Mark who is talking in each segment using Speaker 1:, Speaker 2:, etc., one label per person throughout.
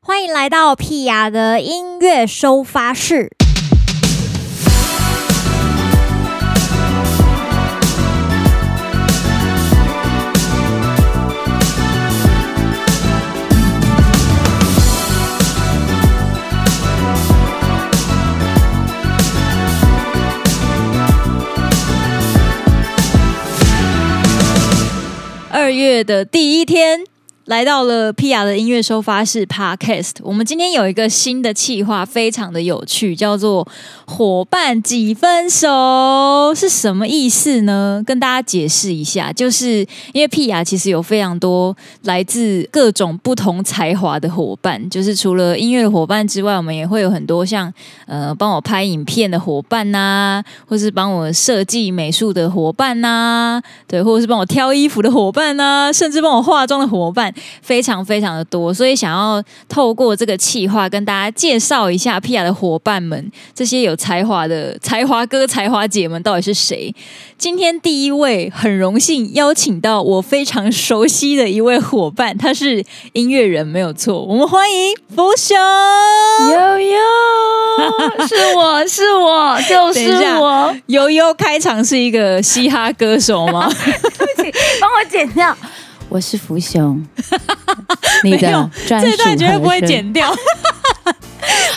Speaker 1: 欢迎来到屁雅的音乐收发室。
Speaker 2: 二月的第一天，来到了 p 亚的音乐收发室 Podcast。我们今天有一个新的企划，非常的有趣，叫做“伙伴几分熟”是什么意思呢？跟大家解释一下，就是因为 p 亚其实有非常多来自各种不同才华的伙伴，就是除了音乐的伙伴之外，我们也会有很多像呃帮我拍影片的伙伴呐、或是帮我设计美术的伙伴呐、对，或者是帮我挑衣服的伙伴呐、甚至帮我化妆的伙伴，非常非常的多。所以想要透过这个企划跟大家介绍一下 Pia 的伙伴们，这些有才华的才华哥、才华姐们到底是谁？今天第一位很荣幸邀请到我非常熟悉的一位伙伴，他是音乐人，没有错。我们欢迎福雄。
Speaker 3: 悠 悠，是我是我就
Speaker 2: 等一
Speaker 3: 是
Speaker 2: 下
Speaker 3: 我，
Speaker 2: 悠悠开场是一个嘻哈歌手吗？
Speaker 3: 帮我剪掉。我是福 雄，你
Speaker 2: 没有
Speaker 3: 的 专属
Speaker 2: 这段绝对不会
Speaker 3: 和声，
Speaker 2: 剪掉，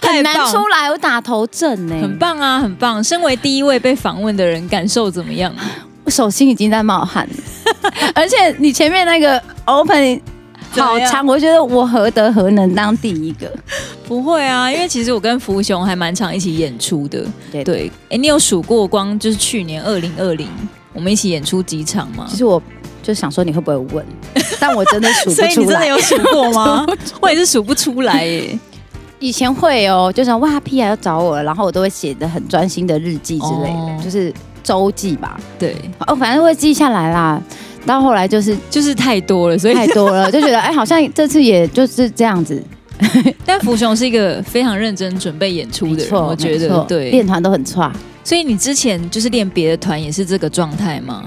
Speaker 3: 很难
Speaker 2: 太棒
Speaker 3: 出来，我打头阵呢、
Speaker 2: 很棒啊，很棒！身为第一位被访问的人，感受怎么 样？
Speaker 3: 我手心已经在冒汗了，而且你前面那个 open
Speaker 2: 怎么
Speaker 3: 好
Speaker 2: 样哦
Speaker 3: 长，我觉得我何德何能当第一个？
Speaker 2: 不会啊，因为其实我跟福雄还蛮常一起演出的。
Speaker 3: 对对，
Speaker 2: 对，哎，你有数过光就是去年二零二零我们一起演出几场吗
Speaker 3: 其？实我就想说你会不 会问，但我真的数
Speaker 2: 所
Speaker 3: 不
Speaker 2: 以你
Speaker 3: 出
Speaker 2: 真的
Speaker 3: 来。
Speaker 2: 有数过 吗？我也是数不出来耶。
Speaker 3: 以前会哦，就想哇，P 还要找我了，然后我都会写的很专心的日记之类的，
Speaker 2: 哦
Speaker 3: 就是周记吧。
Speaker 2: 对，
Speaker 3: 哦，反正会记下来啦。到后来就是
Speaker 2: 就是太多了，所以
Speaker 3: 太多了，就觉得哎，好像这次也就是这样子，
Speaker 2: 但福雄是一个非常认真准备演出
Speaker 3: 没
Speaker 2: 的人，
Speaker 3: 错，
Speaker 2: 我觉
Speaker 3: 没
Speaker 2: 得
Speaker 3: 错
Speaker 2: 对。
Speaker 3: 练团都很差。
Speaker 2: 所以你之前就是练别的团也是这个状态吗？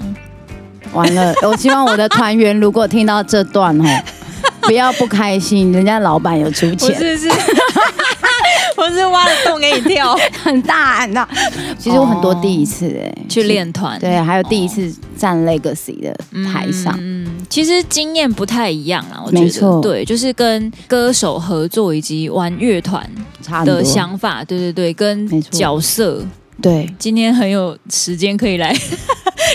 Speaker 3: 完了，我希望我的团员如果听到这段 哦，不要不开心，人家老板有出
Speaker 2: 我
Speaker 3: 钱，
Speaker 2: 是是， 我是挖了洞给你 跳
Speaker 3: 很大很大。其实我很多第一次哎、
Speaker 2: 啊哦去，练团，
Speaker 3: 对，啊还有第一次站 Legacy 的
Speaker 2: 嗯，
Speaker 3: 台上，
Speaker 2: 嗯，其实经验不太一样啊啦，我
Speaker 3: 没
Speaker 2: 觉得
Speaker 3: 错
Speaker 2: 对，就是跟歌手合作以及玩乐团
Speaker 3: 差很
Speaker 2: 的
Speaker 3: 多。
Speaker 2: 想法，对对对，跟
Speaker 3: 没错
Speaker 2: 角色，
Speaker 3: 对，
Speaker 2: 今天很有时间可以来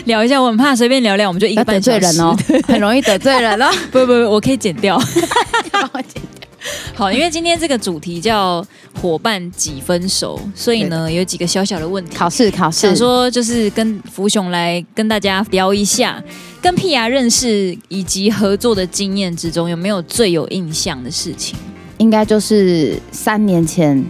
Speaker 2: 聊一下，我很怕随便聊聊，我们就一
Speaker 3: 要
Speaker 2: 个
Speaker 3: 得
Speaker 2: 半小
Speaker 3: 罪
Speaker 2: 时
Speaker 3: 人哦，很容易得罪人哦。
Speaker 2: 不不不，我可以剪掉。
Speaker 3: 帮我剪
Speaker 2: 好，因为今天这个主题叫伙伴几分熟，所以呢有几个小小的问题，
Speaker 3: 考试考试，
Speaker 2: 想说就是跟福雄来跟大家聊一下，跟 p 牙认识以及合作的经验之中，有没有最有印象的事情？
Speaker 3: 应该就是三年前，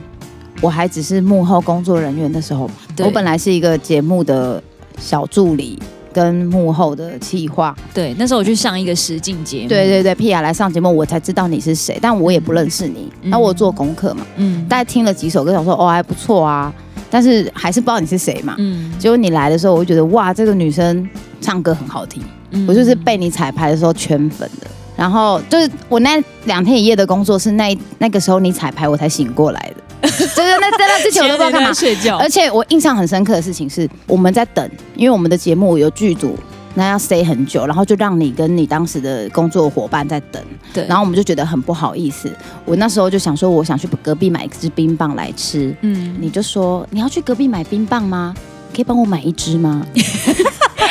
Speaker 3: 我还只是幕后工作人员的时候，
Speaker 2: 对
Speaker 3: 我本来是一个节目的小助理。跟幕后的企划，
Speaker 2: 对，那时候我去上一个实境节目，
Speaker 3: 对，对对，屁雅来上节目，我才知道你是谁，但我也不认识你。
Speaker 2: 嗯
Speaker 3: 那、我做功课嘛，
Speaker 2: 嗯
Speaker 3: 大概听了几首歌，想说哦还不错啊，但是还是不知道你是谁嘛。
Speaker 2: 嗯
Speaker 3: 结果你来的时候，我就觉得哇，这个女生唱歌很好听，
Speaker 2: 嗯。
Speaker 3: 我就是被你彩排的时候圈粉的。然后就是我那两天一夜的工作是那一那个时候你彩排我才醒过来的，就是那在那之前我都不知道干嘛
Speaker 2: 睡觉
Speaker 3: 而，且我印象很深刻的事情是，我们在等，因为我们的节目有剧组，那要 stay 很久，然后就让你跟你当时的工作伙伴在等，
Speaker 2: 对，
Speaker 3: 然后我们就觉得很不好意思。我那时候就想说，我想去隔壁买一支冰棒来吃，
Speaker 2: 嗯
Speaker 3: 你就说你要去隔壁买冰棒吗？可以帮我买一支吗？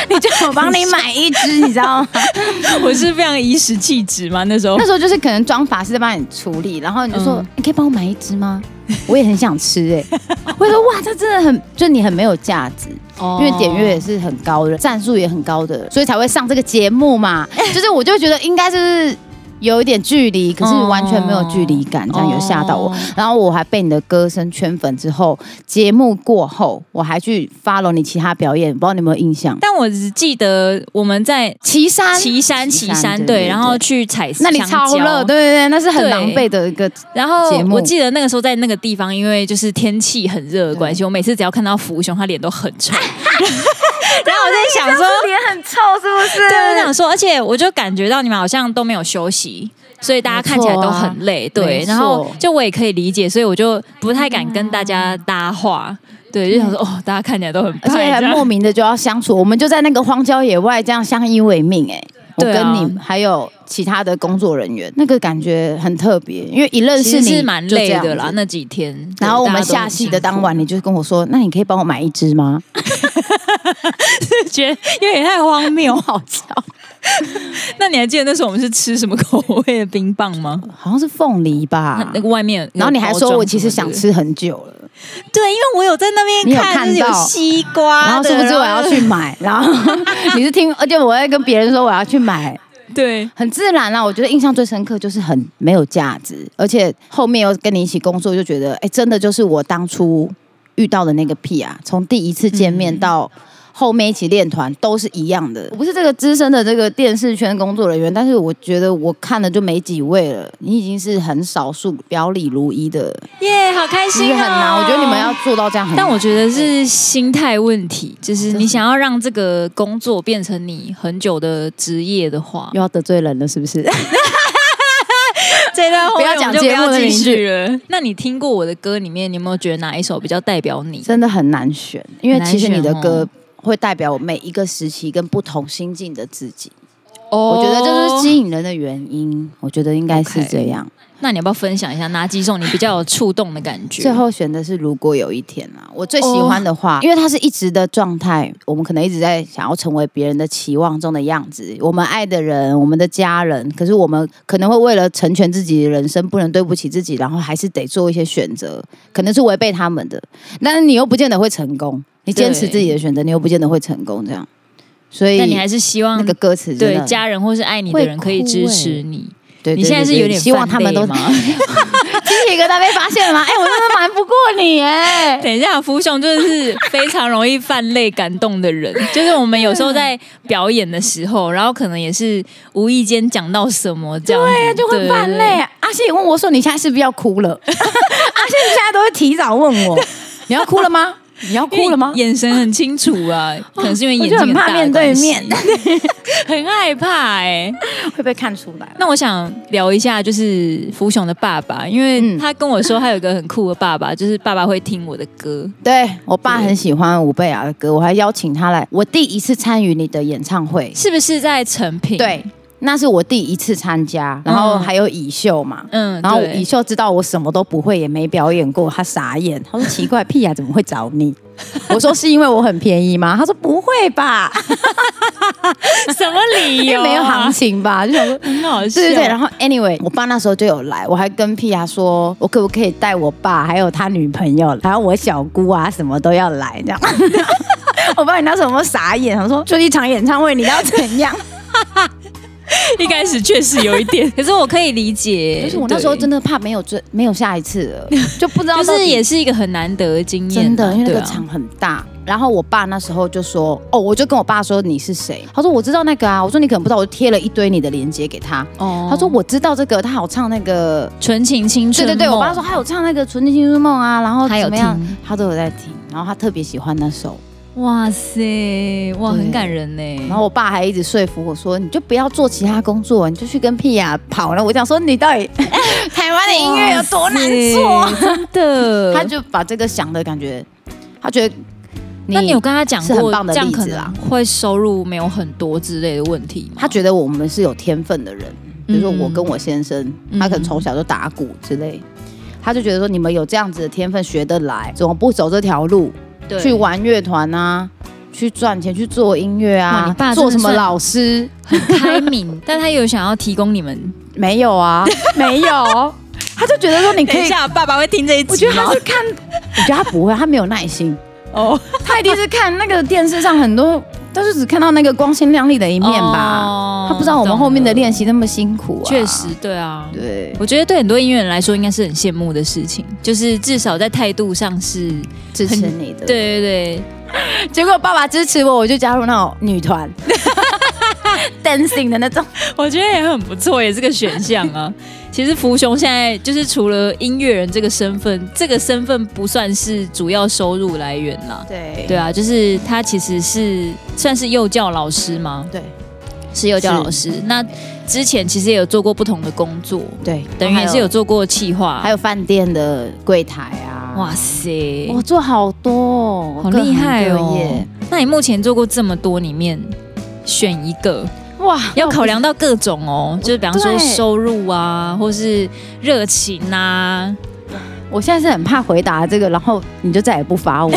Speaker 3: 你叫我帮你买一支，你知道吗？
Speaker 2: 我是非常颐使气指嘛，那时候
Speaker 3: 那时候就是可能妆法师在帮你处理，然后你就说、
Speaker 2: 嗯
Speaker 3: 你可以帮我买一支吗？我也很想吃哎、 我就说哇，这真的很，就你很没有价值， 因为点
Speaker 2: 哦
Speaker 3: 阅也是很高的，战术也很高的，所以才会上这个节 目嘛。就是我就觉得应该就是有一点距离，可是完全没有距离感，这样有吓到我。
Speaker 2: 哦
Speaker 3: 然后我还被你的歌声圈粉之后，节目过后我还去 follow 你其他表演，不知道你有没有印象？
Speaker 2: 但我只记得我们在
Speaker 3: 岐山，
Speaker 2: 岐山，岐山
Speaker 3: 对
Speaker 2: 对，
Speaker 3: 对
Speaker 2: 然后去采
Speaker 3: 那里超
Speaker 2: 香蕉
Speaker 3: 热，对对对，那是很
Speaker 2: 对
Speaker 3: 狼狈的一个
Speaker 2: 然后
Speaker 3: 节目
Speaker 2: 我记得那个时候在那个地方，因为就是天气很热的关系，我每次只要看到福雄，他脸都很 臭。 然后我在想说，
Speaker 3: 脸很臭，是不是？
Speaker 2: 对，我想说，而且我就感觉到你们好像都没有休息，所以大家看起来都很累。对，
Speaker 3: 啊没错
Speaker 2: 然后就我也可以理解，所以我就不太敢跟大家搭话。对，就想说哦，大家看起来都很
Speaker 3: 嗯而且
Speaker 2: 派
Speaker 3: 还
Speaker 2: 这样
Speaker 3: 莫名的就要相处，我们就在那个荒郊野外这样相依为命、哎。我
Speaker 2: 对啊
Speaker 3: 跟你还有其他的工作人员，那个感觉很特别，因为一认识
Speaker 2: 其
Speaker 3: 你
Speaker 2: 实是蛮
Speaker 3: 就这
Speaker 2: 累
Speaker 3: 样
Speaker 2: 的
Speaker 3: 子
Speaker 2: 啦，那几天。
Speaker 3: 然后我们
Speaker 2: 对大家
Speaker 3: 下
Speaker 2: 都很
Speaker 3: 戏
Speaker 2: 辛
Speaker 3: 的当晚，
Speaker 2: 苦
Speaker 3: 你就跟我说：“那你可以帮我买一支吗
Speaker 2: 觉得有点太荒 谬，好笑。那你还记得那时候我们是吃什么口味的冰棒吗？？”
Speaker 3: 好像是凤梨吧
Speaker 2: 那。那个外面有，
Speaker 3: 啊然后你还
Speaker 2: 有包
Speaker 3: 说：“
Speaker 2: 装
Speaker 3: 我其实
Speaker 2: 什么
Speaker 3: 想
Speaker 2: 的，
Speaker 3: 吃很久了。
Speaker 2: 对，因为我有在那
Speaker 3: 你
Speaker 2: 边
Speaker 3: 有
Speaker 2: 看，
Speaker 3: 看
Speaker 2: 就是有
Speaker 3: 到
Speaker 2: 西”瓜的，
Speaker 3: 然后殊不知我要去买， 然后你是听，而且我在跟别人说我要去买，
Speaker 2: 对
Speaker 3: 很自然啊啦。我觉得印象最深刻就是很没有价值，而且后面又跟你一起工作，就觉得哎、真的就是我当初遇到的那个屁啊，从第一次见面到。
Speaker 2: 嗯
Speaker 3: 后面一起练团都是一样的。我不是这个资深的这个电视圈工作人员，但是我觉得我看了就没几位了。你已经是很少数表里如一的，
Speaker 2: 耶好开
Speaker 3: 其
Speaker 2: 心
Speaker 3: 实
Speaker 2: 哦
Speaker 3: 很难。我觉得你们要。做到这样很难。
Speaker 2: 但我觉得是心态问题，就是你想要让这个工作变成你很久的职业的话，
Speaker 3: 又要得罪人了，是不是？
Speaker 2: 这段
Speaker 3: 不要讲节目的名字
Speaker 2: 了。那你听过我的歌里面，你有没有觉得哪一首比较代表你？
Speaker 3: 真的很难选，因为其实你的
Speaker 2: 很难选哦
Speaker 3: 歌会代表我每一个时期跟不同心境的自己。
Speaker 2: 哦
Speaker 3: 我觉得这就是吸引人的原因，我觉得应该是这样。
Speaker 2: 那你要不要分享一下哪几首你比较有触动的感觉？
Speaker 3: 最后选的是《如果有一天》啊，我最喜欢
Speaker 2: 哦
Speaker 3: 的话，因为它是一直的状态，我们可能一直在想要成为别人的期望中的样子，我们爱的人，我们的家人，可是我们可能会为了成全自己的人生，不能对不起自己，然后还是得做一些选择，可能是违背他们的，但是你又不见得会成功，你坚持
Speaker 2: 对
Speaker 3: 自己的选择，你又不见得会成功，这样，所以
Speaker 2: 那你还是希望
Speaker 3: 那个歌词真
Speaker 2: 对
Speaker 3: 的
Speaker 2: 家人或是爱你的人可以支持你。
Speaker 3: 对对
Speaker 2: 你现在是
Speaker 3: 对
Speaker 2: 有
Speaker 3: 对
Speaker 2: 点
Speaker 3: 希望他们都
Speaker 2: 吗？
Speaker 3: 第一个他被发现了吗？哎、我真的瞒不过你哎、
Speaker 2: 等一下，福雄就是非常容易泛泪感动的人， 就是我们有时候在表演的时候，然后可能也是无意间讲到什么这样子，对
Speaker 3: 对呀，啊就会犯。
Speaker 2: 对对
Speaker 3: 累。阿信也问我说：“你现在是不是要哭 了？”阿信现在都会提早问我：“你要哭了吗？你要哭 了吗
Speaker 2: 因为眼神很清楚啊，可能是因为眼睛
Speaker 3: 我就很怕
Speaker 2: 大的
Speaker 3: 面对
Speaker 2: 关系
Speaker 3: 面，
Speaker 2: 很害怕哎、？”
Speaker 3: 会被看出来。
Speaker 2: 那我想聊一下，就是福雄的爸爸，因为
Speaker 3: 嗯
Speaker 2: 他跟我说他有一个很酷的爸爸，就是爸爸会听我的歌。
Speaker 3: 对我爸很喜欢伍贝雅的歌，我还邀请他来。我第一次参与你的演唱会，
Speaker 2: 是不是在成品？
Speaker 3: 对，嗯那是我第一次参加，然后还有以秀嘛。
Speaker 2: 嗯，
Speaker 3: 然后
Speaker 2: 对
Speaker 3: 以秀知道我什么都不会，也没表演过，他傻眼，他说奇怪，屁啊呀、怎么会找你？ 我说是因为我很便宜吗？他说不会吧，
Speaker 2: 啊 什么理
Speaker 3: 因
Speaker 2: 由、啊？
Speaker 3: 为 没有行情吧，就想说
Speaker 2: 很好笑。
Speaker 3: 对对对，然后 anyway，我爸那时候就有来，我还跟屁雅说，我可不可以带我爸还有他女朋友，还有我小姑啊，什么都要来 这样。我爸你那时候有没有傻眼？他说就一场演唱会，你要 怎样？
Speaker 2: 一开始确实有一 点，可是我可以理解。
Speaker 3: 就是我那时候真
Speaker 2: 的。
Speaker 3: 的怕没有追，没有下一次了，就不知道
Speaker 2: 就
Speaker 3: 到底。
Speaker 2: 是也是一个很难得的经验啊、
Speaker 3: 真的，因为那
Speaker 2: 对
Speaker 3: 个
Speaker 2: 啊
Speaker 3: 场很大。然后我爸那时候就说：“哦，我就跟我爸说你是谁。”他说：“我知道那个啊。”我说：“你可能不知道，我就贴了一堆你的链接给他。
Speaker 2: 哦
Speaker 3: 他说：“我知道这个，他好唱那个
Speaker 2: 纯情青
Speaker 3: 对
Speaker 2: 春梦，
Speaker 3: 对对，我爸说他有唱那个《纯情青春梦》啊，然后
Speaker 2: 他有
Speaker 3: 怎么样
Speaker 2: 听，
Speaker 3: 他都有在听，然后他特别喜欢那首，
Speaker 2: 哇塞，哇，
Speaker 3: 对
Speaker 2: 很感人呢。
Speaker 3: 然后我爸还一直说服我说，你就不要做其他工作，你就去跟屁雅跑了。我想说，你到底台湾的音乐有多难做？
Speaker 2: 哇塞，真的。
Speaker 3: 他就把这个想的感觉，他觉得
Speaker 2: 那你有跟他讲
Speaker 3: 是
Speaker 2: 过
Speaker 3: 很棒，的
Speaker 2: 这样
Speaker 3: 例
Speaker 2: 可
Speaker 3: 子
Speaker 2: 能
Speaker 3: 啦
Speaker 2: 会收入没有很多之类的问题吗？
Speaker 3: 他觉得我们是有天分的人，比如说我跟我先生，
Speaker 2: 嗯
Speaker 3: 他可能从小就打鼓之类。他就觉得说你们有这样子的天分，学得来，怎么不走这条路？
Speaker 2: 对
Speaker 3: 去玩乐团啊，去赚钱，去做音乐
Speaker 2: 哇你
Speaker 3: 啊
Speaker 2: 爸，
Speaker 3: 做
Speaker 2: 真的
Speaker 3: 什么
Speaker 2: 算
Speaker 3: 老师？
Speaker 2: 很开明，但他有想要提供你 们。
Speaker 3: 没有啊，没有。 他就觉得说你可以，
Speaker 2: 下，爸爸会听这一集
Speaker 3: 我觉得他是看，我觉得他不会，他没有耐心，
Speaker 2: 哦
Speaker 3: 他一定是看那个电视上很多，他就只看到那个光鲜亮丽的一面吧，
Speaker 2: 哦
Speaker 3: 他不知道我们后面的练习那么辛苦
Speaker 2: 懂
Speaker 3: 啊。
Speaker 2: 了确实，对啊。
Speaker 3: 对，
Speaker 2: 我觉得对很多音乐人来说，应该是很羡慕的事情，就是至少在态度上是，
Speaker 3: 支持你的。，
Speaker 2: 对对对，
Speaker 3: 结果爸爸支持我，我就加入那种女团 ，dancing 的那种。
Speaker 2: 我觉得也很不错，也是个选项 啊。其实福雄现在就是除了音乐人这个身份，这个身份不算是主要收入来源啦。
Speaker 3: 对
Speaker 2: 对啊，就是他其实是算是幼教老师吗？
Speaker 3: 对，
Speaker 2: 是幼教
Speaker 3: 是
Speaker 2: 老师。那之前其实也有做过不同的工作，
Speaker 3: 对，
Speaker 2: 等于也是有做过企划，
Speaker 3: 哦还有饭店的柜台啊，哇，
Speaker 2: 哇塞，
Speaker 3: 我做好多、哦，
Speaker 2: 好
Speaker 3: 各行
Speaker 2: 厉害
Speaker 3: 各
Speaker 2: 哦
Speaker 3: 业！
Speaker 2: 那你目前做过这么多里面，选一个，
Speaker 3: 哇，
Speaker 2: 要考量到各种哦，就是比方说收入啊，或是热情啊，
Speaker 3: 我现在是很怕回答这个，然后你就再也不 发我。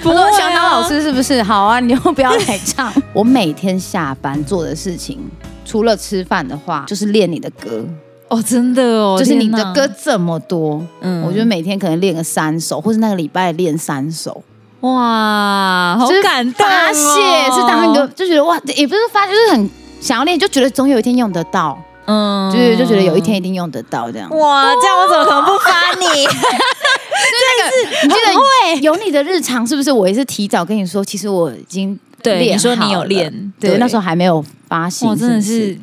Speaker 2: 不
Speaker 3: 我
Speaker 2: 会啊
Speaker 3: 说想当老师是不是？好啊，你又不要来唱。 我每天下班做的事情，除了吃饭的话，就是练你的歌，
Speaker 2: 哦，真的哦，
Speaker 3: 就是你
Speaker 2: 天
Speaker 3: 的
Speaker 2: 哪
Speaker 3: 歌，这么多，
Speaker 2: 嗯
Speaker 3: 我觉得每天可能练个三首，或是那个礼拜练三首，
Speaker 2: 哇，好
Speaker 3: 就是
Speaker 2: 感动、哦，
Speaker 3: 发泄是当一个就觉得哇，也不是发泄，就是很想要练，就觉得总有一天用得到，
Speaker 2: 嗯
Speaker 3: 就是就觉得有一天一定用得到这样。
Speaker 1: 哇，这样我怎么可能不 发你？
Speaker 3: 你记得有你的日常是不是？我也是提早跟你说，其实我已经
Speaker 2: 对
Speaker 3: 练
Speaker 2: 你说你
Speaker 3: 好
Speaker 2: 有
Speaker 3: 了
Speaker 2: 练，
Speaker 3: 对，那时候还没有发行，
Speaker 2: 哇，真的
Speaker 3: 不
Speaker 2: 是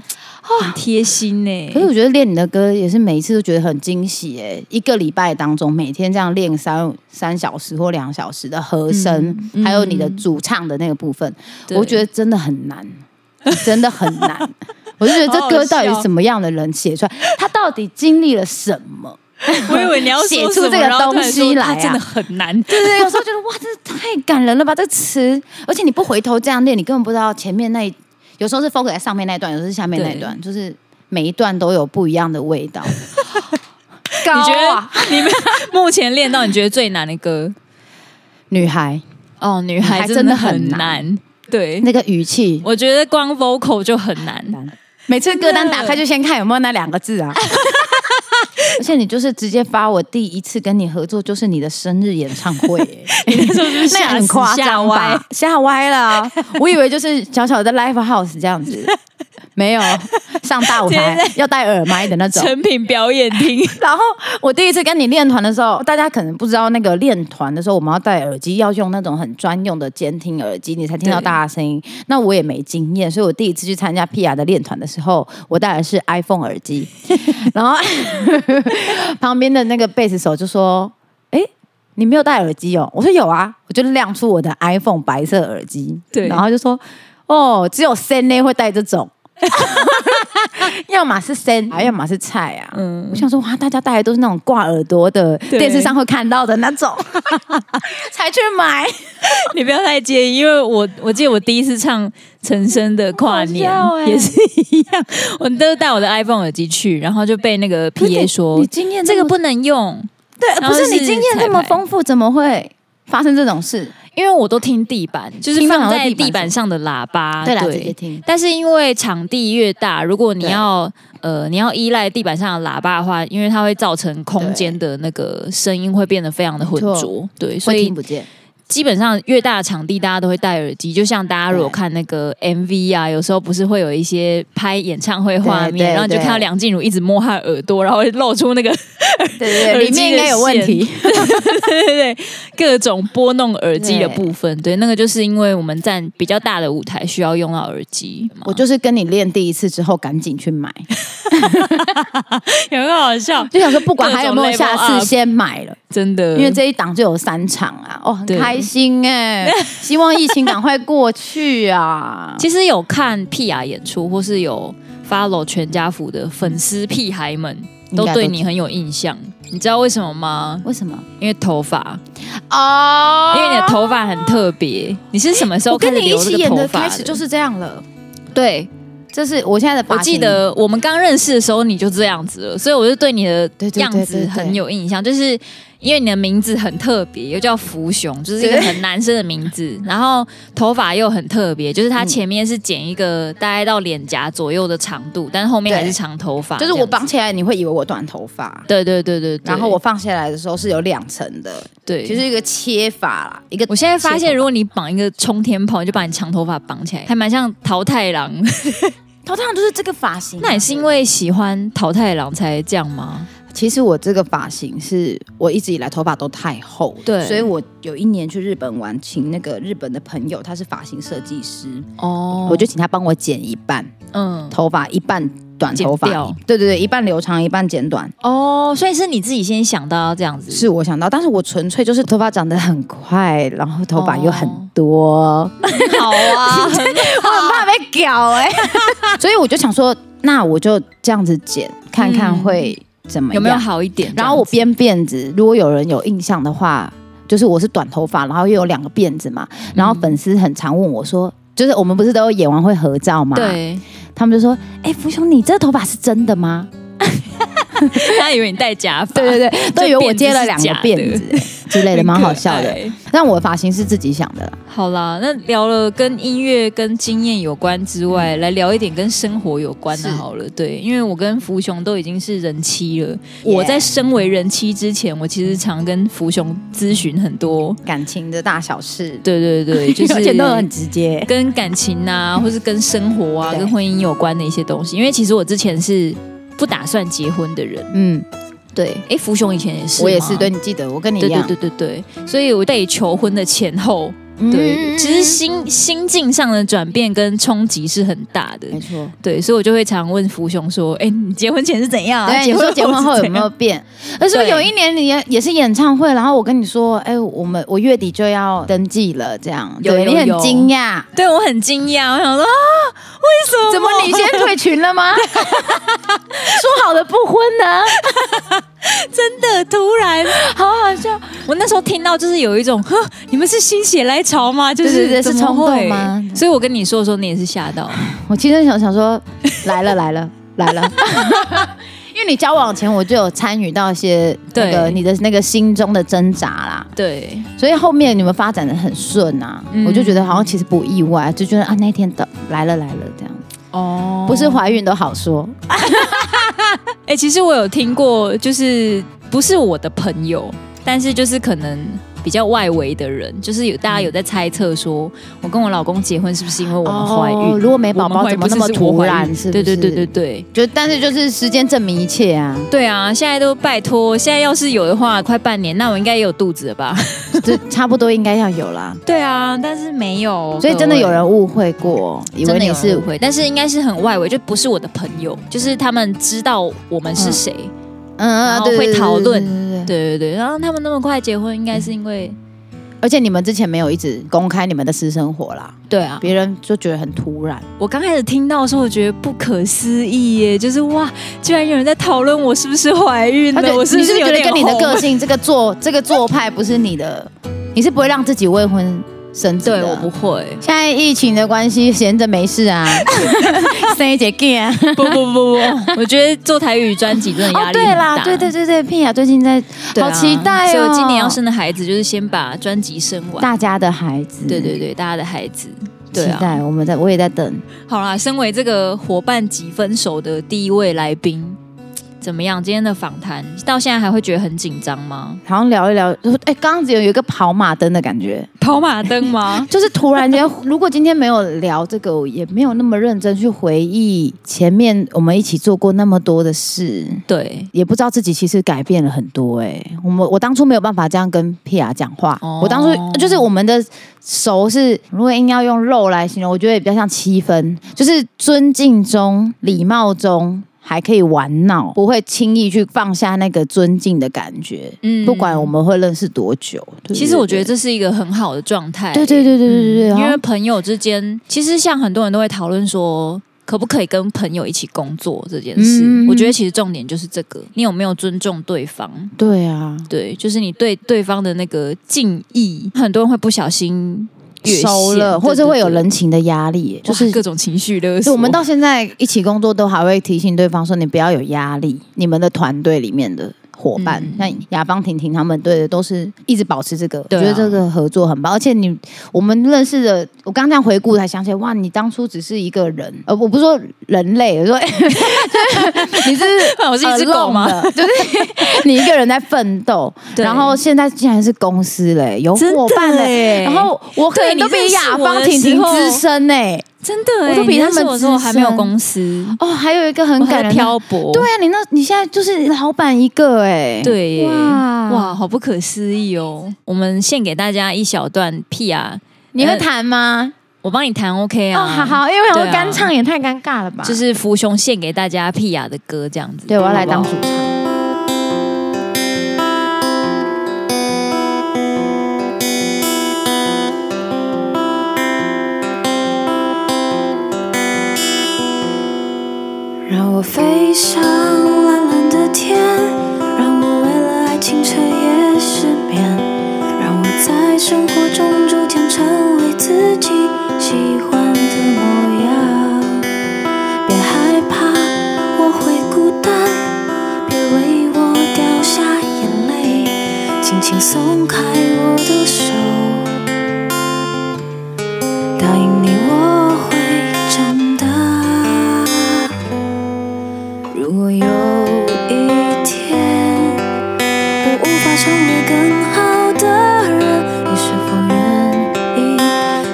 Speaker 2: 很贴心呢、
Speaker 3: 啊 可是我觉得练你的歌也是每一次都觉得很惊喜哎、一个礼拜当中每天这样练三三小时或两小时的和声，
Speaker 2: 嗯嗯
Speaker 3: 还有你的主唱的那个部分，
Speaker 2: 对
Speaker 3: 我觉得真的很难，真的很难。 我就觉得这歌到底是什么样的人写出来？他到底经历了什 么？
Speaker 2: 我以为你要说
Speaker 3: 写出
Speaker 2: 什么
Speaker 3: 这个
Speaker 2: 然后突然
Speaker 3: 东西
Speaker 2: 说
Speaker 3: 来啊
Speaker 2: 它真的很难。
Speaker 3: 对对，有时候觉得哇，这太感人了吧，这词，而且你不回头这样练，你根本不知道前面那一，有时候是 focus 在上面那一段，有时候是下面那一段，就是每一段都有不一样的味道。高
Speaker 2: 你觉
Speaker 3: 啊，
Speaker 2: 得你们 目前练到你觉得最难的歌？
Speaker 3: 女孩
Speaker 2: 哦，女
Speaker 3: 孩
Speaker 2: 孩
Speaker 3: 真
Speaker 2: 真
Speaker 3: 的
Speaker 2: 的很
Speaker 3: 很难
Speaker 2: 难。对，
Speaker 3: 那个语气，
Speaker 2: 我觉得光 vocal 就很难。
Speaker 3: 每次歌单打开就先看有没有那两个字啊。 而且你就是直接发我第一次跟你合作就是你的生日演唱会、欸，
Speaker 2: 你 那时候是不是
Speaker 3: 那也
Speaker 2: 吓
Speaker 3: 很
Speaker 2: 死
Speaker 3: 夸
Speaker 2: 吓
Speaker 3: 张
Speaker 2: 歪
Speaker 3: 吧？？吓歪了啊、 我以为就是小小的 live house 这样子，没有上大舞 台要戴耳麦的那 种。
Speaker 2: 成品表演厅，
Speaker 3: 然后我第一次跟你练团的时候，大家可能不知道，那个练团的时候我们要戴耳机，要用那种很专用的监听耳机，你才听到
Speaker 2: 对
Speaker 3: 大家的声音。那我也没经验，所以我第一次去参加 P R 的练团的时候，我戴的是 iPhone 耳机，然后旁边的那个贝斯手就说：“哎、你没有戴耳机哦？”我说：“有啊。”我就亮出我的 iPhone 白色耳机，
Speaker 2: 对
Speaker 3: 然后就说：“哦，只有 C N A 会戴这种。” 要么是生啊，要么是菜啊。
Speaker 2: 嗯
Speaker 3: 我想说，哇，大家戴的都是那种挂耳朵的，
Speaker 2: 对
Speaker 3: 电视上会看到的那 种，才去买。
Speaker 2: 你不要太介意，因为我我记得我第一次唱陈升的跨年、
Speaker 3: 好笑欸
Speaker 2: 也是一样，我都带我的 iPhone 耳机去，然后就被那个 PA 说
Speaker 3: 你经验
Speaker 2: 这
Speaker 3: 这
Speaker 2: 个
Speaker 3: 个不
Speaker 2: 不能用，
Speaker 3: 对，
Speaker 2: 然
Speaker 3: 不
Speaker 2: 后
Speaker 3: 是
Speaker 2: 是
Speaker 3: 你经验
Speaker 2: 彩
Speaker 3: 这么
Speaker 2: 排
Speaker 3: 丰富，怎么会发生这种事？
Speaker 2: 因为我都听地板，就是
Speaker 3: 听到
Speaker 2: 放
Speaker 3: 哪个
Speaker 2: 在
Speaker 3: 地板
Speaker 2: 地板上的喇叭，
Speaker 3: 对啦，直接听。
Speaker 2: 但是因为场地越大，如果你
Speaker 3: 对
Speaker 2: 要呃你要依赖地板上的喇叭的话，因为它会造成空间的那个声音会变得非常的浑
Speaker 3: 没
Speaker 2: 浊
Speaker 3: 错，
Speaker 2: 对，所
Speaker 3: 所以
Speaker 2: 以
Speaker 3: 听不见，
Speaker 2: 基本上越大的场地，大家都会戴耳机。就像大家如果看那个 MV 啊，有时候不是会有一些拍演唱会画
Speaker 3: 对对
Speaker 2: 面，然后你就
Speaker 3: 对
Speaker 2: 看到梁静茹一直摸她的耳朵，然后会露出那个
Speaker 3: 对对
Speaker 2: 耳
Speaker 3: 对，
Speaker 2: 机
Speaker 3: 里面应该有问 题。
Speaker 2: 对对对各种拨弄耳机的部分。对，那个就是因为我们站比较大的舞台需要用到耳机嘛，
Speaker 3: 我就是跟你练第一次之后，赶紧去买，
Speaker 2: 很好笑，
Speaker 3: 就想说不管还有没有
Speaker 2: 各种
Speaker 3: 下
Speaker 2: level up
Speaker 3: 次，先买了。
Speaker 2: 真的，
Speaker 3: 因为这一档就有三场啊，哦，很
Speaker 2: 对
Speaker 3: 开心哎、 希望疫情赶快过去啊。
Speaker 2: 其实有看屁雅演出，或是有 follow 全家福的粉丝屁孩们，都
Speaker 3: 应该都
Speaker 2: 对你很有印象。你知道为什么吗？
Speaker 3: 为什么？
Speaker 2: 因为头发，
Speaker 3: 哦
Speaker 2: 因为你的头发很特别。你是什么时候
Speaker 3: 我
Speaker 2: 开
Speaker 3: 跟
Speaker 2: 始
Speaker 3: 你一
Speaker 2: 留这
Speaker 3: 起
Speaker 2: 个
Speaker 3: 演
Speaker 2: 头
Speaker 3: 的
Speaker 2: 发
Speaker 3: 开始就是这样了，
Speaker 2: 对，
Speaker 3: 这是我现在的
Speaker 2: 我
Speaker 3: 发型。
Speaker 2: 记得我们刚认识的时候你就这样子了，所以我就对你的
Speaker 3: 对对对
Speaker 2: 样子
Speaker 3: 对对
Speaker 2: 很有印象，就是因为你的名字很特别，又叫福雄，就是一个
Speaker 3: 对
Speaker 2: 很男生的名字，
Speaker 3: 嗯
Speaker 2: 然后头发又很特别，就是它前面是剪一个大概到脸颊左右的长度，但是后面还是
Speaker 3: 对
Speaker 2: 长头发，
Speaker 3: 就是
Speaker 2: 这
Speaker 3: 我
Speaker 2: 样子
Speaker 3: 绑起来，你会以为我短头发，
Speaker 2: 对对对对，对
Speaker 3: 然后我放下来的时候是有两层的，
Speaker 2: 对，
Speaker 3: 就是一个切法啦，一个
Speaker 2: 我现在发
Speaker 3: 切头
Speaker 2: 现，如果你绑一个冲天炮，你就把你长头发绑 起来，还蛮像桃太郎。
Speaker 3: 头上就是这个发型。啊
Speaker 2: 那也是因为喜欢桃太郎才这样吗？
Speaker 3: 其实我这个发型是我一直以来头发都太厚，
Speaker 2: 对
Speaker 3: 所以我有一年去日本玩，请那个日本的朋友，他是发型设计师，
Speaker 2: 哦
Speaker 3: 我就请他帮我剪一半
Speaker 2: 嗯
Speaker 3: 头发，一半短头发
Speaker 2: 剪掉，
Speaker 3: 对对对，一半留长，一半剪短，
Speaker 2: 哦，所以是你自己先想到这样子，
Speaker 3: 是我想到，但是我纯粹就是头发长得很快，然后头发又很多，
Speaker 2: 好啊，
Speaker 3: 我很怕被欸
Speaker 1: 屌 哎、
Speaker 3: 所以我就想说，那我就这样子剪，看看会怎么
Speaker 2: 有
Speaker 3: 样。
Speaker 2: 没有好一点？
Speaker 3: 然后我
Speaker 2: 这样
Speaker 3: 编辫子，如果有人有印象的话，就是我是短头发，然后又有两个辫子嘛。然后粉丝很常问我说，就是我们不是都演完会合照嘛？
Speaker 2: 子，对，
Speaker 3: 他们就说：“哎、福兄，你这头发是真的吗
Speaker 2: 他以为你戴假发，？”
Speaker 3: 对对对，都以为我接了两个辫子之类的，蛮好笑
Speaker 2: 很可
Speaker 3: 的。
Speaker 2: 爱。
Speaker 3: 但我的发型是自己想的啦。
Speaker 2: 好啦，那聊了跟音乐、跟经验有关之外，来聊一点跟生活有关的
Speaker 3: 嗯是
Speaker 2: 好了。对，因为我跟福雄都已经是人妻了。
Speaker 3: Yeah
Speaker 2: 我在身为人妻之前，我其实常跟福雄咨询很多。
Speaker 3: 感情的大小事，
Speaker 2: 对对对，就是
Speaker 3: 而且都很直接。
Speaker 2: 跟感情啊，或是跟生活啊、
Speaker 3: 对
Speaker 2: 跟婚姻有关的一些东西。因为其实我之前是不打算结婚的人。
Speaker 3: 嗯，对，
Speaker 2: 哎，福雄以前也是吗，
Speaker 3: 我也是。对你记得，我跟你一
Speaker 2: 对对
Speaker 3: 样。
Speaker 2: 对对对，所以我被求婚的前后，
Speaker 3: 嗯
Speaker 2: 对，其实心心境上的转变跟冲击是很大的，
Speaker 3: 没错。
Speaker 2: 对，所以我就会常问福雄说：“哎、你结婚前是怎样、啊？
Speaker 3: 对，你说结婚后
Speaker 2: 是
Speaker 3: 有
Speaker 2: 怎
Speaker 3: 没
Speaker 2: 样
Speaker 3: 有变？而是
Speaker 2: 对
Speaker 3: 有一年你也也是演唱会，然后我跟你说，哎，我们我月底就要登记了，这样，
Speaker 2: 有
Speaker 3: 对
Speaker 2: 有
Speaker 3: 你很
Speaker 2: 有
Speaker 3: 惊讶，？”
Speaker 2: 对我很惊讶，我想说啊，为什么？
Speaker 3: 怎么你先退群了 吗？说好的不婚呢？
Speaker 2: 真的突然 好好笑？我那时候听到就是有一种，呵，你们是心血来潮吗？就是
Speaker 3: 对对对
Speaker 2: 怎么
Speaker 3: 是冲动
Speaker 2: 会
Speaker 3: 吗
Speaker 2: 所以我跟你说的时候，你也是吓 到，
Speaker 3: 我其实想想说， 来了来了来了， 因为你交往前我就有参与到一些那个
Speaker 2: 对
Speaker 3: 你的那个心中的挣扎啦，
Speaker 2: 对，
Speaker 3: 所以后面你们发展的很顺啊，
Speaker 2: 嗯
Speaker 3: 我就觉得好像其实不意外，就觉得啊那一天的来了来了这样，
Speaker 2: 哦
Speaker 3: 不是怀孕都好说，
Speaker 2: 哎、其实我有听过，就是不是我的朋友，但是就是可能比较外围的人，就是有大家有在猜测说，我跟我老公结婚是不是因为我们怀
Speaker 3: 哦
Speaker 2: 孕？
Speaker 3: 如果没宝宝怎么那么突然？是不
Speaker 2: 对对
Speaker 3: 是？
Speaker 2: 对对对
Speaker 3: 就但是就是时间证明一切 啊，
Speaker 2: 对啊！现在都拜托，现在要是有的话，快半年，那我应该也有肚子了吧？
Speaker 3: 这差不多应该要有啦。
Speaker 2: 对啊，但是没有，
Speaker 3: 所以真的
Speaker 2: 哦各
Speaker 3: 有
Speaker 2: 位
Speaker 3: 人误会过，以为
Speaker 2: 真的
Speaker 3: 你
Speaker 2: 有
Speaker 3: 是
Speaker 2: 人误会，但是应该是很外围，就不是我的朋友，就是他们知道我们是
Speaker 3: 嗯
Speaker 2: 谁，
Speaker 3: 嗯
Speaker 2: 然后
Speaker 3: 对
Speaker 2: 哦会
Speaker 3: 对对
Speaker 2: 讨
Speaker 3: 对
Speaker 2: 论
Speaker 3: 对对
Speaker 2: 对对
Speaker 3: 对
Speaker 2: 对，然后他们那么快结婚，应该是因为
Speaker 3: 而且你们之前没有一直公开你们的私生活啦，
Speaker 2: 对啊，
Speaker 3: 别人就觉得很突然。
Speaker 2: 我刚开始听到的时候，我觉得不可思议耶，就是哇，居然有人在讨论我是不是怀孕
Speaker 3: 而且
Speaker 2: 了，我是不
Speaker 3: 你是不是
Speaker 2: 有
Speaker 3: 觉得
Speaker 2: 点
Speaker 3: 跟你的
Speaker 2: 红
Speaker 3: 个性这个做这个做派不是你的，你是不会让自己未婚生子的。
Speaker 2: 对，我不会，
Speaker 3: 现在疫情的关系，闲着没事 啊，生一 节 g 啊。
Speaker 2: 不不不不， 我觉得做台语专辑真的
Speaker 3: 哦
Speaker 2: 压，力
Speaker 3: 对
Speaker 2: 很
Speaker 3: 啦
Speaker 2: 大，，
Speaker 3: 对对对对，屁雅最近在
Speaker 2: 对啊，
Speaker 3: 好期待哦
Speaker 2: 所以我今年要生的孩子，就是先把专辑生完，
Speaker 3: 大家的孩子，
Speaker 2: 对对对，大家的孩子，对
Speaker 3: 期
Speaker 2: 啊，
Speaker 3: 待，我们在我也在等，
Speaker 2: 好啦，身为这个伙伴级分手的第一位来宾。怎么样？今天的访谈到现在还会觉得很紧张吗？
Speaker 3: 好像聊一聊，就说哎，刚刚只有有一个跑马灯的感觉，
Speaker 2: 跑马灯吗？
Speaker 3: 就是突然间，如果今天没有聊这个，我也没有那么认真去回忆前面我们一起做过那么多的事。
Speaker 2: 对，
Speaker 3: 也不知道自己其实改变了很多哎、我们我当初没有办法这样跟皮亚讲话，
Speaker 2: 哦
Speaker 3: 我当初就是我们的熟是，如果硬要用肉来形容，我觉得也比较像七分，就是尊敬中、礼貌中还可以玩闹，不会轻易去放下那个尊敬的感觉，
Speaker 2: 嗯
Speaker 3: 不管我们会认识多久。对
Speaker 2: 其实我觉得
Speaker 3: 对
Speaker 2: 这是一个很好的状态。
Speaker 3: 对对对对对对对
Speaker 2: 嗯因
Speaker 3: 哦好
Speaker 2: 为
Speaker 3: 像
Speaker 2: 朋友之间，其实像很多人都会讨论说。可不可以跟朋友一起工作这件事？
Speaker 3: 嗯
Speaker 2: 我觉得其实重点就是这个，你有没有尊重对方？
Speaker 3: 对啊，
Speaker 2: 对，就是你对对方的那个敬意，很多人会不小心越线
Speaker 3: 熟了，或者会有，人情的压力、
Speaker 2: 对对对
Speaker 3: 就是
Speaker 2: 哇各种哦情绪勒
Speaker 3: 就
Speaker 2: 索。
Speaker 3: 我 们到现在一起工作，都还会提醒对方说：“你不要有压力。”你们的团队里面的伙伴，
Speaker 2: 嗯
Speaker 3: 像雅芳、婷婷他们，对，都是一直保持这个。
Speaker 2: 对啊
Speaker 3: 我觉得这个合作很棒，而且你我们认识的，我刚刚这样回顾才想起来，哇，你当初只是一个人，呃，我不是说人类，我说 你是
Speaker 2: 我是一只狗吗
Speaker 3: alone 的就是 你一个人在奋斗，
Speaker 2: 对
Speaker 3: 然后现在竟然是公司嘞，有
Speaker 2: 真的
Speaker 3: 伙伴嘞，
Speaker 2: 耶
Speaker 3: 然后我可能
Speaker 2: 对
Speaker 3: 都
Speaker 2: 你认
Speaker 3: 比
Speaker 2: 识
Speaker 3: 雅
Speaker 2: 我
Speaker 3: 芳、
Speaker 2: 的
Speaker 3: 婷婷
Speaker 2: 时候
Speaker 3: 资深哎。
Speaker 2: 真的欸、
Speaker 3: 我都比
Speaker 2: 你
Speaker 3: 他
Speaker 2: 认识
Speaker 3: 们
Speaker 2: 我的时候
Speaker 3: 资
Speaker 2: 还没有
Speaker 3: 深
Speaker 2: 公司，
Speaker 3: 哦，还有一个
Speaker 2: 我
Speaker 3: 很感
Speaker 2: 还
Speaker 3: 人的
Speaker 2: 漂泊。
Speaker 3: 对啊，你那你现在就是老板一个哎、
Speaker 2: 对耶，
Speaker 3: 哇
Speaker 2: 哇，好不可思议哦！我们献给大家一小段 P R，
Speaker 3: 你会弹吗？
Speaker 2: 我帮你弹 OK 啊？
Speaker 3: 哦，好好，因为我
Speaker 2: 对啊
Speaker 3: 干唱也太尴尬了吧。
Speaker 2: 就，是福雄献给大家 P R 的歌这样子。
Speaker 3: 对我要来当
Speaker 2: 好
Speaker 3: 主
Speaker 2: 不好
Speaker 3: 唱。
Speaker 4: 我松开我的手，答应你我会真的。如果有一天我无法成为更好的人，你是否愿意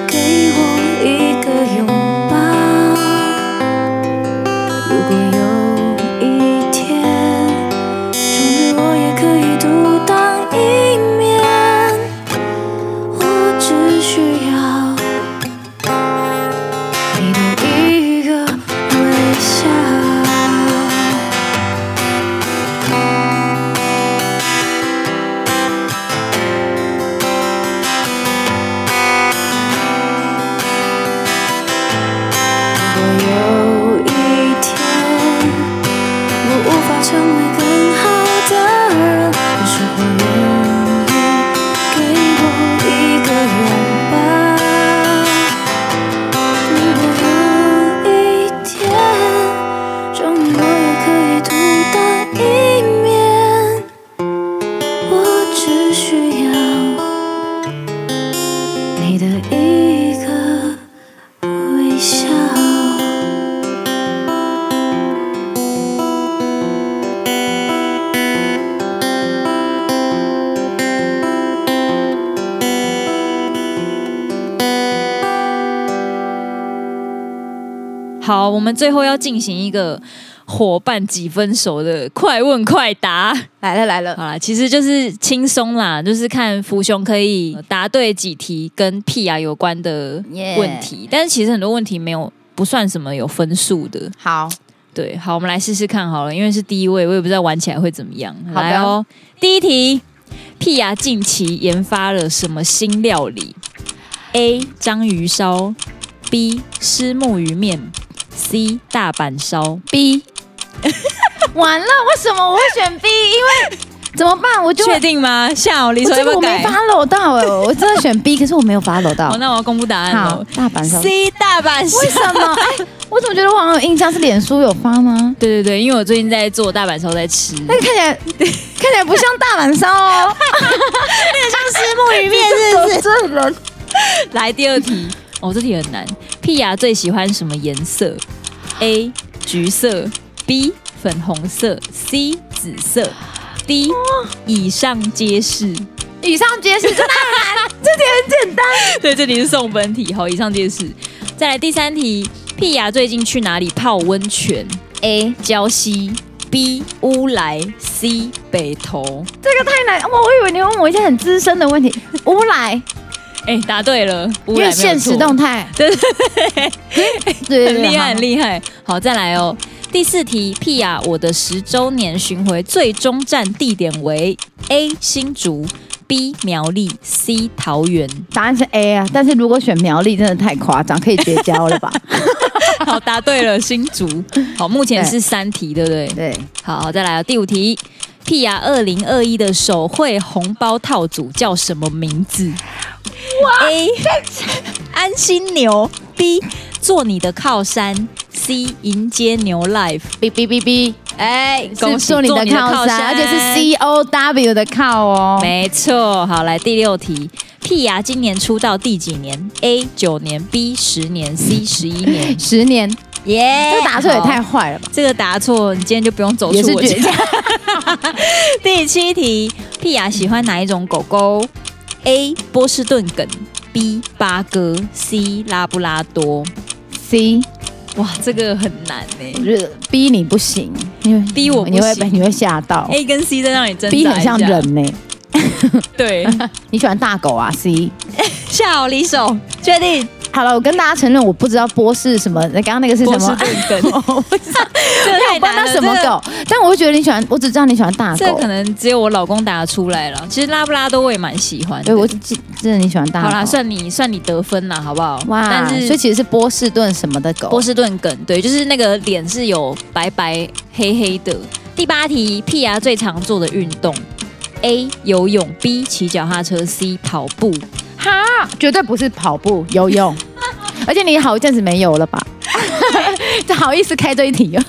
Speaker 4: 给我一个拥抱？如果有一天。终于我也可以独当一面，我只需要你的一个微笑。如果有一天。我无法成为更好的人，你是否愿意给我一个拥抱？如果有一天，终于我也可以独当一面，我只需要你的一个微笑。
Speaker 2: 好，我们最后要进行一个伙伴几分熟的快问快答。
Speaker 3: 来了来了，
Speaker 2: 好啦，其实就是轻松啦，就是看福兄可以呃答对几题跟 PR 有关的问题但是其实很多问题没有不算什么有分数的。
Speaker 3: 好，
Speaker 2: 对，好，我们来试试看好了，因为是第一位，我也不知道玩起来会怎么样。
Speaker 3: 好的
Speaker 2: 来哦，第一题，屁牙近期研发了什么新料理？A. 章鱼烧，B. 虱目鱼面，C. 大阪烧。
Speaker 3: B，完了，为什么我会选 B？因为怎么办？我就
Speaker 2: 确定吗？下午李
Speaker 3: 我
Speaker 2: 说要
Speaker 3: 这
Speaker 2: 不
Speaker 3: 个
Speaker 2: 要
Speaker 3: 我没
Speaker 2: 改？
Speaker 3: 法搂到哎、我真的选 B，可是我没有法搂到
Speaker 2: 好，。那我要公布答案
Speaker 3: 好
Speaker 2: 了。，
Speaker 3: 大阪烧。
Speaker 2: C 大阪烧。
Speaker 3: 为什么？哎、我怎么觉得我好像有印象是脸书有发吗？
Speaker 2: 对对对，因为我最近在做大阪烧，在吃。
Speaker 3: 那个看起来看起来不像大阪烧哦，
Speaker 2: 目鱼面
Speaker 3: 这是这人
Speaker 2: 来第二题， 哦，这题很难。屁雅最喜欢什么颜色？A. 橘色，B. 粉红色，C. 紫色，D. 以上皆是。
Speaker 3: 以上皆是，真的很难，这题很简单。
Speaker 2: 对，这题是送分题。好，以上皆是。再来第三题，屁雅最近去哪里泡温泉？A. 礁溪，B. 乌来，C. 北投。
Speaker 3: 这个太难，哦哇！我以为你问我一些很资深的问题。乌来，
Speaker 2: 哎、答对了，乌来没
Speaker 3: 因为
Speaker 2: 有
Speaker 3: 现实
Speaker 2: 错
Speaker 3: 动态，
Speaker 2: 对
Speaker 3: 对对，
Speaker 2: 很厉害，
Speaker 3: 好
Speaker 2: 很厉害。好，再来哦。第四题，屁雅，我的十周年巡回最终站地点为 A 新竹，B 苗栗，C 桃 园。
Speaker 3: 答案是 A 啊，但是如果选苗栗真的太夸张，可以绝交了 吧？
Speaker 2: 好，答对了，新竹。好，目前
Speaker 3: 对
Speaker 2: 是三题，对不对？
Speaker 3: 对，
Speaker 2: 好，好再来哦。第五题，屁雅，二零二一的手绘红包套组叫什么名字？A 安心牛，B 做你的靠山，C 迎接牛 life。
Speaker 3: 哔哔哔哔，
Speaker 2: 哎，
Speaker 3: 是做你的靠山，而且是 C。O W 的靠哦。。
Speaker 2: 没错，好，来第六题，屁牙今年出道第几年？A 九年，B 十年，C 十一年
Speaker 3: 十年，
Speaker 2: 耶
Speaker 3: 这个答错也太
Speaker 2: 好
Speaker 3: 坏了吧！
Speaker 2: 这个答错，你今天就不用走
Speaker 3: 也
Speaker 2: 出
Speaker 3: 是
Speaker 2: 我
Speaker 3: 绝
Speaker 2: 家。
Speaker 3: 交。
Speaker 2: 第七题，屁牙喜欢哪一种狗狗？A 波士顿梗，B 八哥，C 拉布拉多。
Speaker 3: C，
Speaker 2: 哇，这个很难欸
Speaker 3: 我
Speaker 2: 呢。
Speaker 3: 觉得 B 你不行，因为
Speaker 2: 逼我不
Speaker 3: 你会
Speaker 2: 行
Speaker 3: 你会吓到。
Speaker 2: A 跟 C 在让你挣扎
Speaker 3: B 很像
Speaker 2: 一下，
Speaker 3: 人呢，
Speaker 2: 对，
Speaker 3: 你喜欢大狗啊？C，
Speaker 2: 下好离手，确定
Speaker 3: 好了，我跟大家承认，我不知道波士什么，刚刚那个是什
Speaker 2: 波士
Speaker 3: 么？
Speaker 2: 顿梗，
Speaker 3: 我不知道，
Speaker 2: 这个
Speaker 3: 没
Speaker 2: 太
Speaker 3: 有帮
Speaker 2: 难了，
Speaker 3: 他什么
Speaker 2: 啊这个
Speaker 3: 狗，但我会觉得你喜欢，我只知道你喜欢大
Speaker 2: 这
Speaker 3: 狗
Speaker 2: 可。能只有我老公答得出来了。其实拉布拉多我也蛮喜欢
Speaker 3: 对，
Speaker 2: 的。
Speaker 3: 我只记真的你喜欢大狗。
Speaker 2: 好啦，算你算你得分啦，好不好？
Speaker 3: 哇，
Speaker 2: 但
Speaker 3: 所以
Speaker 2: 是
Speaker 3: 其实是波士顿什么的狗。
Speaker 2: 波士顿梗，对，就是那个脸是有白白黑黑的。第八题，屁牙最常做的运动：A 游泳，B 骑脚踏车，C 跑步。
Speaker 3: 哈，绝对不是跑步、游泳，而且你好一 阵 子没有了吧？这好意思开这一题哦？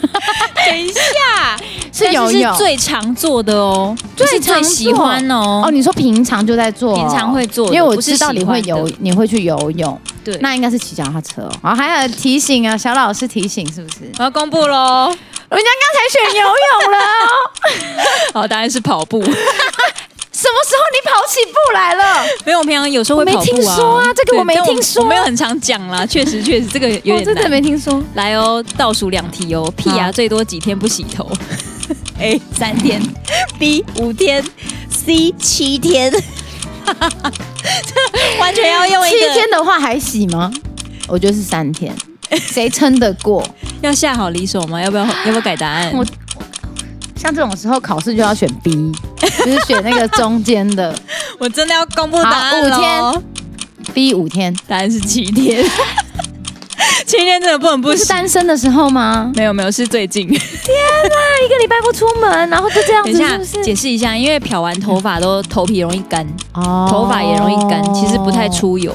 Speaker 2: 等一下，
Speaker 3: 是游泳
Speaker 2: 但是最常做的哦，
Speaker 3: 最
Speaker 2: 不是最
Speaker 3: 常做
Speaker 2: 喜欢哦。
Speaker 3: 哦，你说平常就在做哦，
Speaker 2: 平常会做的
Speaker 3: 因为我
Speaker 2: 不是
Speaker 3: 知道你会
Speaker 2: 喜欢的
Speaker 3: 游，你会去游泳，
Speaker 2: 对，
Speaker 3: 那应该是骑脚踏车哦。然后还有提醒啊，小老师提醒是不是？人
Speaker 2: 我
Speaker 3: 家
Speaker 2: 要公布喽。
Speaker 3: 刚才选游泳了哦，
Speaker 2: 好，答案是跑步。
Speaker 3: 什么时候你跑起步来了？
Speaker 2: 没有，我平常有时候会
Speaker 3: 我没
Speaker 2: 跑步啊。
Speaker 3: 听说啊这个
Speaker 2: 对
Speaker 3: 我没
Speaker 2: 但
Speaker 3: 听说
Speaker 2: 我没有很常讲 啦。确实，确实这个有点
Speaker 3: 我哦真的
Speaker 2: 难。
Speaker 3: 没听说。
Speaker 2: 来哦，倒数两题哦。屁牙
Speaker 3: 好哎
Speaker 2: 最多几天不洗 头？A 三天，B 五天，C 七 天。完全要用一
Speaker 3: 七
Speaker 2: 个
Speaker 3: 天的话还洗吗？我觉得是三 天，谁撑得过？
Speaker 2: 要下好离手吗？要不要要不要改答案？
Speaker 3: 我像这种时候考试就要选 B，就是选那个中间的
Speaker 2: 我真的要公布答案
Speaker 3: 好五
Speaker 2: 喽。
Speaker 3: B 五天。
Speaker 2: 答案是七 天，七天真的不能不
Speaker 3: 不是
Speaker 2: 洗。
Speaker 3: 单身的时候吗？
Speaker 2: 没有没有，是最近。
Speaker 3: 一个礼拜不出门，然后 就这样
Speaker 2: 等一下，解释一下，因为漂完头发都头皮容易干，
Speaker 3: 哦
Speaker 2: 头发也容易干，其实不太。出油。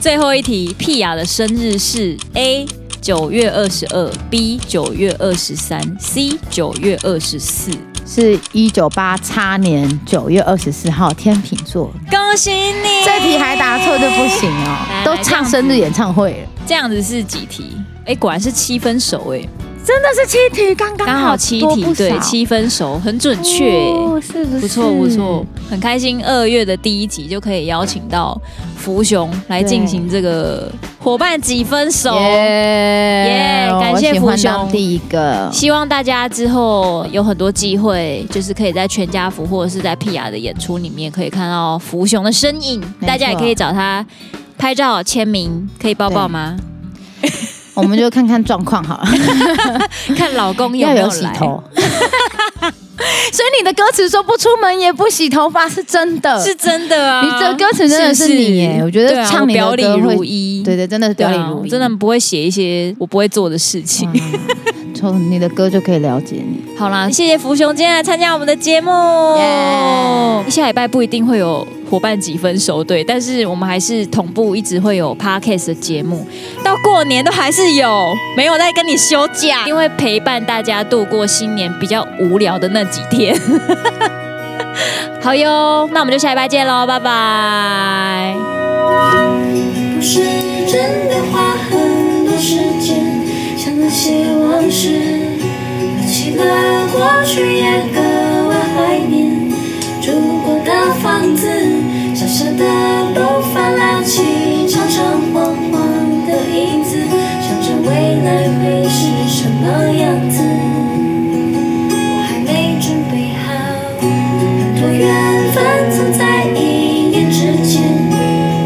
Speaker 2: 最后一题，屁雅的生日是 A 九月二十二，B 九月二十三，C 九月二十四。
Speaker 3: 是一九八叉年九月二十四号，天秤座。
Speaker 2: 恭喜你！
Speaker 3: 这题还答错就不行
Speaker 2: 来
Speaker 3: 哦
Speaker 2: 来，
Speaker 3: 都唱生日演唱会了，
Speaker 2: 这样子是几题？哎，果然是七分熟哎，
Speaker 3: 真的是七题，刚
Speaker 2: 刚好七题，对，七分熟，很准确哎。
Speaker 3: 哦是不是？
Speaker 2: 不错不错，，很开心。二月的第一集就可以邀请到福雄来进行这个伙伴几分手。耶
Speaker 3: 耶
Speaker 2: 感谢
Speaker 3: 我喜
Speaker 2: 福
Speaker 3: 欢
Speaker 2: 兄
Speaker 3: 当第一个，
Speaker 2: 希望大家之后有很多机会，就是可以在全家福或者是在 p 雅的演出里面可以看到福雄的身影，
Speaker 3: 错
Speaker 2: 大家也可以找他拍照签名，可以抱抱吗？
Speaker 3: 我们就看看状 况好了，
Speaker 2: 看老公有
Speaker 3: 要
Speaker 2: 没有
Speaker 3: 有洗
Speaker 2: 来。
Speaker 3: 头。 所以你的歌词说不出门也不洗头发是真的，
Speaker 2: 是真的啊！
Speaker 3: 你这歌词真的是你耶
Speaker 2: 是不是
Speaker 3: 我觉得
Speaker 2: 对啊
Speaker 3: 唱你的
Speaker 2: 我表里
Speaker 3: 歌会
Speaker 2: 如一，
Speaker 3: 对对，真的是表里
Speaker 2: 对啊
Speaker 3: 如
Speaker 2: 我
Speaker 3: 一，
Speaker 2: 真的不会写一些我不会做的事情。
Speaker 3: 嗯从你的歌就可以了解你。
Speaker 2: 好啦，谢谢福雄今天来参加我们的节目。
Speaker 3: 耶
Speaker 2: 下礼拜不一定会有伙伴几分熟对，但是我们还是同步一直会有 podcast 的节目，到过年都还是有，没有在跟你休假，因为陪伴大家度过新年比较无聊的那几天。 好哟，那我们就下礼拜见喽，拜拜。
Speaker 4: 不是真的花很多时间想那些往事，可惜的过去也格外怀念。住过的房子，小小的楼房，拉起长长晃晃的椅子，想着未来会是什么样子，我还没准备好。很多缘分曾在一念之间。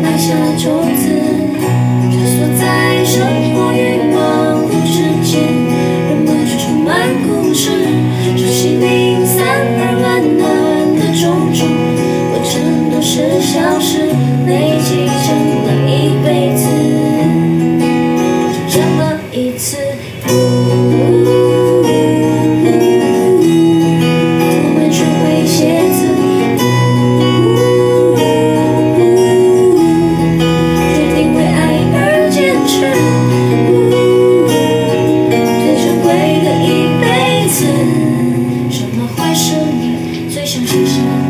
Speaker 4: 埋下种子，穿梭在生活与光阴之间，人们充满故事，熟悉零散而温暖的种种，过程都是小事，累积成了一辈子，只这么一次。我们学会写字。决定为爱而坚持，最珍贵的一辈子，什么坏事也最相信是。